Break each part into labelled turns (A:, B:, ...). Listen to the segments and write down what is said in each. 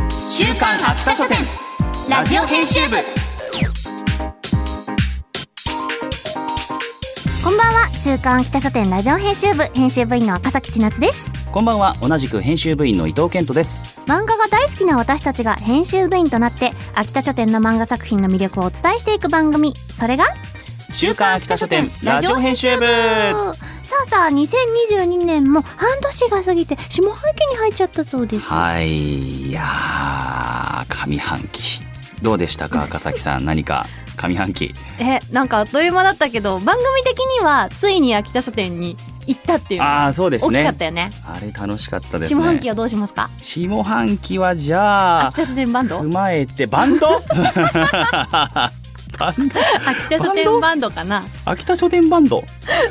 A: 刊秋田書店ラジオ編集部
B: こんばんは週刊秋田書店ラジオ編集部編集部員の赤崎千夏です
C: こんばんは同じく編集部員の伊藤健人です
B: 漫画が大好きな私たちが編集部員となって秋田書店の漫画作品の魅力をお伝えしていく番組それが
C: 週刊秋田書店ラジオ編集部
B: さあさあ2022年も半年が過ぎて下半期に入っちゃったそうです
C: はいいやー上半期どうでしたか赤崎さん何か上半期
D: えなんかあっという間だったけど番組的にはついに秋田書店に行ったっていうのが
C: ああそうです
D: 大きか
C: ね
D: ったよね
C: あれ楽しかったですね
D: 下半期はどうしますか
C: 下半期はじゃあ
D: 秋田書店バンド
C: 踏まえてバンドバンド
D: 秋田書店バンドかな
C: 秋田書店バンド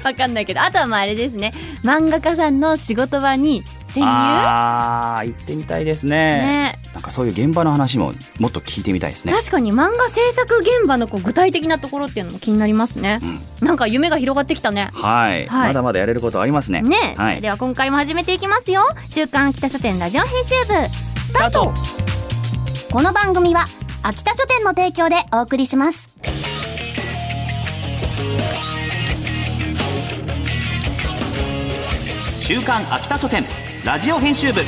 D: わかんないけどあとはまああれですね漫画家さんの仕事場に潜入
C: あー行ってみたいですね
D: ね
C: なんかそういう現場の話ももっと聞いてみたいですね
D: 確かに漫画制作現場のこう具体的なところっていうのも気になりますね、なんか夢が広がってきたね
C: はい、
D: はい
C: まだまだやれることありますね
B: ね
C: は
B: え
C: い
B: では今回も始めていきますよ週刊秋田書店ラジオ編集部スタートこの番組は秋田書店の提供でお送りします
C: 週刊秋田書店ラジオ編集部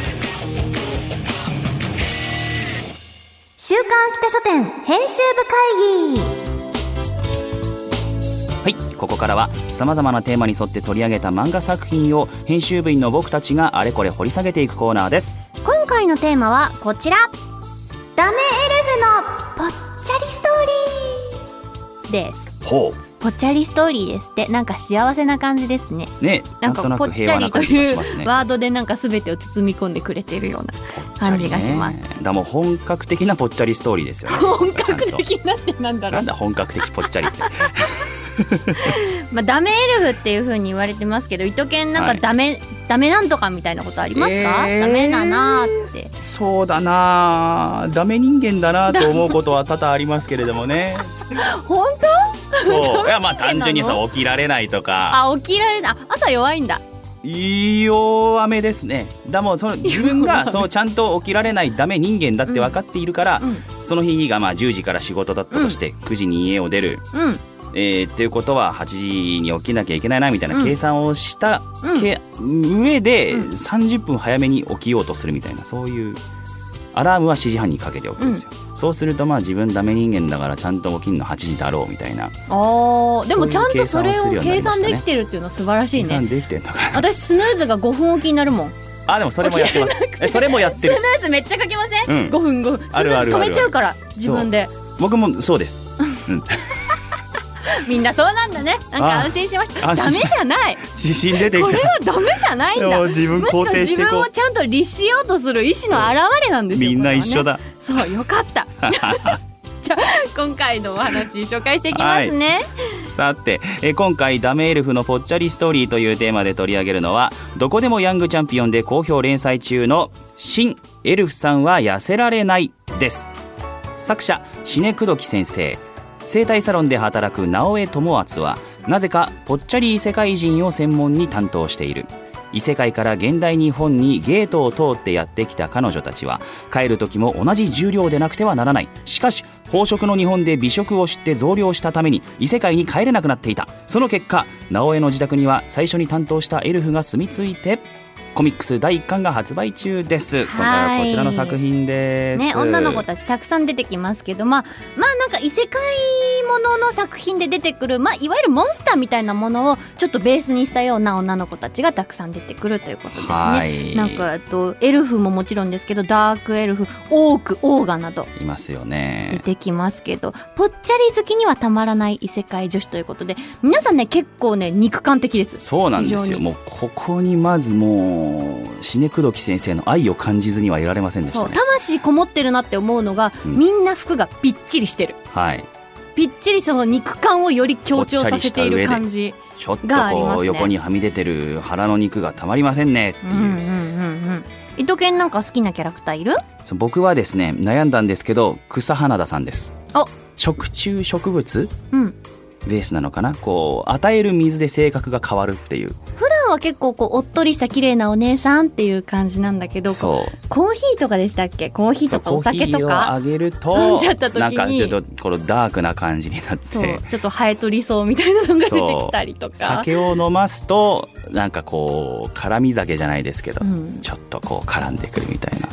B: 週刊秋田書店編集部会議
C: はいここからはさまざまなテーマに沿って取り上げた漫画作品を編集部員の僕たちがあれこれ掘り下げていくコーナーです
B: 今回のテーマはこちらダメエルフのぽっちゃりストーリーです
C: ほ
B: ぽっちゃりストーリーですってなんか幸せな感じですね
C: うね
D: な
C: なんんと
D: か
C: な
D: ぽ
C: く
D: っち
C: 平
D: ゃ
C: 和な
D: りと
C: 感じが
D: い
C: し
D: う
C: ますね
D: ワードでなんか全てを包み込んでくれてるような感じがします
C: ぽっちゃりねだもう本格的なぽっちゃりストーリーです よね
D: 本格的なってなんだろ
C: な
D: うん
C: だ本格的ぽっちゃりって
D: まあ、ダメエルフっていう風に言われてますけど糸犬なん
C: は
D: か
C: い
D: ダメ、ダメなんとかみたいなことありますか、
C: えー
D: ダメだなーって
C: そうだなあダメ人間だなあと思うことは多々ありますけれどもね
D: 本
C: そういやまあ単純に
D: ダ
C: さ
D: メ
C: 起きられないと
D: 当
C: か
D: あ起きられないあ朝弱いんだ
C: 弱めですねだもうその自分がそのちゃんと起きられないダメ人間だって分かっているから、
D: うん
C: その日がまあ10時から仕事だったとして、9時に家を出る、
D: うん
C: えーっていうことは8時に起きなきゃいけないなみたいな計算をした
D: うん
C: け、上で
D: うん
C: 30分早めに起きようとするみたいなそういうアラームは7時半にかけておくんですよ、そうするとまあ自分ダメ人間だからちゃんと起きるの8時だろうみたいな
D: あーでもちゃんとそ
C: そう
D: れ
C: いう計算をする
D: を計
C: ようになり
D: 算で
C: ましたね
D: きてるっていうのは素晴らしい
C: 計
D: ね
C: 算できてんのかな
D: 私スヌーズが5分おきになるもん
C: あでもそれもやっ てますえそれもやって
D: スヌ
C: る
D: ーズめっちゃかけません、
C: うん
D: 5分5分ス
C: あ
D: ヌ
C: るあ
D: ー
C: る
D: ズ止
C: ある
D: めちゃうから自分で
C: 僕もそうです
D: みんなそうなんだねなんか安心しました
C: あ
D: ダ
C: 安
D: メ
C: 心し
D: じゃない
C: 自信出て
D: こ
C: き
D: れ
C: た
D: はダメじゃないん
C: で
D: だ
C: も自分
D: むしろ
C: 肯定
D: 自
C: していこ
D: 分
C: う
D: をちゃんと律しようとする意思の表れなんですよ
C: みんな一緒
D: だ
C: だ
D: そうよかった じゃあ今回のお話紹介していきますね、
C: さて、えー今回ダメエルフのぽっちゃりストーリーというテーマで取り上げるのは、どこでもヤングチャンピオンで好評連載中の新エルフさんは痩せられないです。作者、シネクドキ先生。生体サロンで働く直江智敦は、なぜかぽっちゃり異世界人を専門に担当している。異世界から現代日本にゲートを通ってやってきた彼女たちは帰る時も同じ重量でなくてはならないしかし飽食の日本で美食を知って増量したために異世界に帰れなくなっていたその結果直江の自宅には最初に担当したエルフが住み着いてコミックス第1巻が発売中です今回はこちらの作品です、
D: ね女の子たちたくさん出てきますけどまあまあなんか異世界ものの作品で出てくる、まあ、いわゆるモンスターみたいなものをちょっとベースにしたような女の子たちがたくさん出てくるということです
C: は
D: ね。
C: い
D: なんかえっとエルフももちろんですけどダークエルフオークオーガなど
C: いますよ
D: 出
C: ね
D: てきますけど、ぽっちゃり好きにはたまらない異世界女子ということで皆さんね結構ね肉感的です
C: そうなんで
D: 非
C: す
D: 常
C: よ
D: に
C: もうここにまずもうシネクドキ先生の愛を感じずにはいられませんでし
D: そ
C: た
D: う
C: ね
D: 魂こもってるなって思うのが、
C: うん
D: みんな服がぴっちりしてる
C: はい
D: ぴっちりその肉感をより強調させている感じ、
C: ちょっと
D: がありますね
C: こう横にはみ出てる腹の肉がたまりませんねって
D: う
C: い
D: ん
C: う、
D: うんうんうん伊藤健なんか好きなキャラクターいる
C: その僕はですね悩んだんですけど草花田さんです
D: あ
C: 食虫植物
D: うん
C: ベースなのかなこう与える水で性格が変わるっていう
B: 普
D: ンは結構こうおっとりした綺麗なお姉さんっていう感じなんだけどコ
C: そう
D: ーヒーとかでしたっけコーヒーとかお酒と
C: コーヒーを
D: か
C: あげると
D: 飲んじゃった時に
C: なんかちょっとこのダークな感じになっ
D: そう
C: て
D: ちょっとハエと理想みたいなのが出てきたりとか。
C: 酒を飲ますとなんかこう絡み酒じゃないですけど、
D: うん
C: ちょっとこう絡んでくるみたいな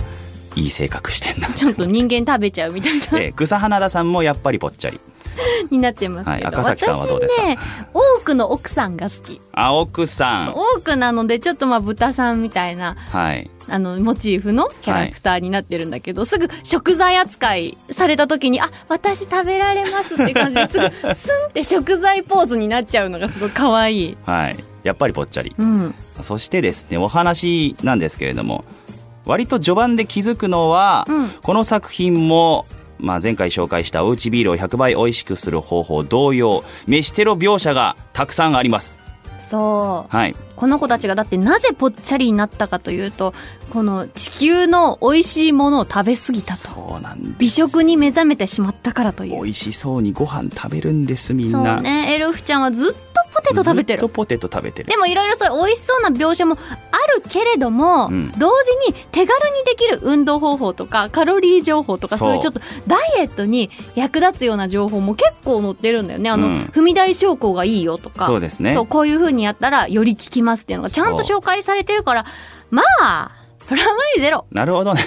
C: いい性格してんな
D: ちょっと人間食べちゃうみたいな
C: えー草花田さんもやっぱりぽっちゃり
D: になってますけど、
C: はい赤崎さんはどうですか
D: 私ね多くの奥さんが好き
C: 青くさん
D: 多くなのでちょっとまあ豚さんみたいな
C: はい
D: あのモチーフのキャラクターになってるんだけど、すぐ食材扱いされた時にあ私食べられますって感じです ぐスンって食材ポーズになっちゃうのがすごい可愛い
C: はいやっぱりぽっちゃり
D: うん
C: そしてですねお話なんですけれども割と序盤で気づくのは、
D: うん
C: この作品も、まあ、前回紹介したおうちビールを100倍美味しくする方法同様飯テロ描写がたくさんあります
D: そう
C: はい
D: この子たちがだってなぜぽっちゃりになったかというとこの地球の美味しいものを食べ過ぎたと
C: そうなんで
D: 美
C: す
D: 食に目覚めてしまったからとい
C: 美
D: う
C: 味しそうにご飯食べるんですみん
D: そう
C: な、
D: ねエルフちゃんはずっとポテト食べてる
C: ずっとポテト食べてる
D: でもいろいろそういう美味しそうな描写もあるけれども、
C: うん
D: 同時に手軽にできる運動方法とかカロリー情報とか
C: そう
D: そういうちょっとダイエットに役立つような情報も結構載ってるんだよねあの、
C: うん
D: 踏み台昇降がいいよとか
C: そうですね
D: そうこういう風にやったらより効きますっていうのがちゃんと
C: そ
D: 紹介されてるからまあプラマイゼロ
C: なるほどね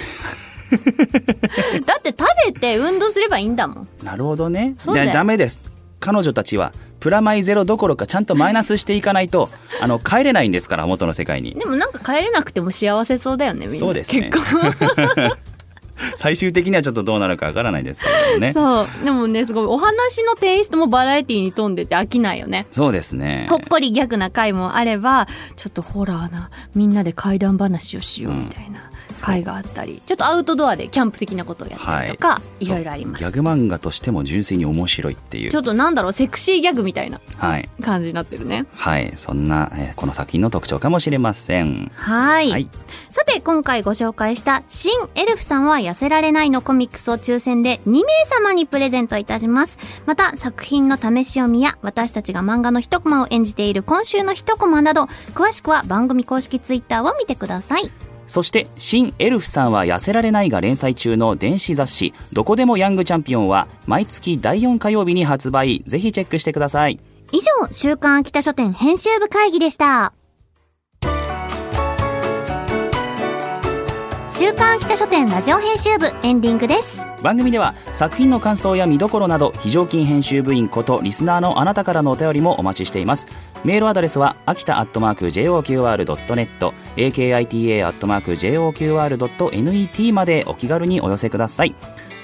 D: だって食べて運動すればいいんだもん
C: なるほどね
D: そうだよ
C: だダメです彼女たちはプラマイゼロどころかちゃんとマイナスしていかないとあの帰れないんですから元の世界に
D: でもなんか帰れなくても幸せそうだよねみんな
C: そうですね
D: 結構
C: 最終的にはちょっとどうなるかわからないですけれどもねそう
D: そうでもねすごいお話のテイストもバラエティに富んでて飽きないよね
C: ですね
D: ほっこりギャグな回もあればちょっとホラーなみんなで怪談話をしようみたいな回があったり、ちょっとアウトドアでキャンプ的なことをやったりとか、い、ろいろあります
C: ギャグ漫画としても純粋に面白いってい
D: ちょ
C: う
D: っとなんだろうセクシーギャグみたいな
C: はい
D: 感じになってるね
C: はいそんな、えーこの作品の特徴かもしれません
B: はい
C: はい
B: さて今回ご紹介した「新エルフさんは痩せられない」のコミックスを抽選で2名様にプレゼントいたしますまた作品の試し読みや私たちが漫画の一コマを演じている今週の一コマなど詳しくは番組公式ツイッターを見てください
C: そして「新エルフさんは痩せられない」が連載中の電子雑誌「どこでもヤングチャンピオン」は毎月第4火曜日に発売ぜひチェックしてください
B: 以上週刊秋田書店編集部会議でした週刊秋田書店ラジオ編集部エンディングです
C: 番組では作品の感想や見どころなど非常勤編集部員ことリスナーのあなたからのお便りもお待ちしていますメールアドレスは秋田アットマーク JOQR.net akita アットマーク JOQR.net までお気軽にお寄せください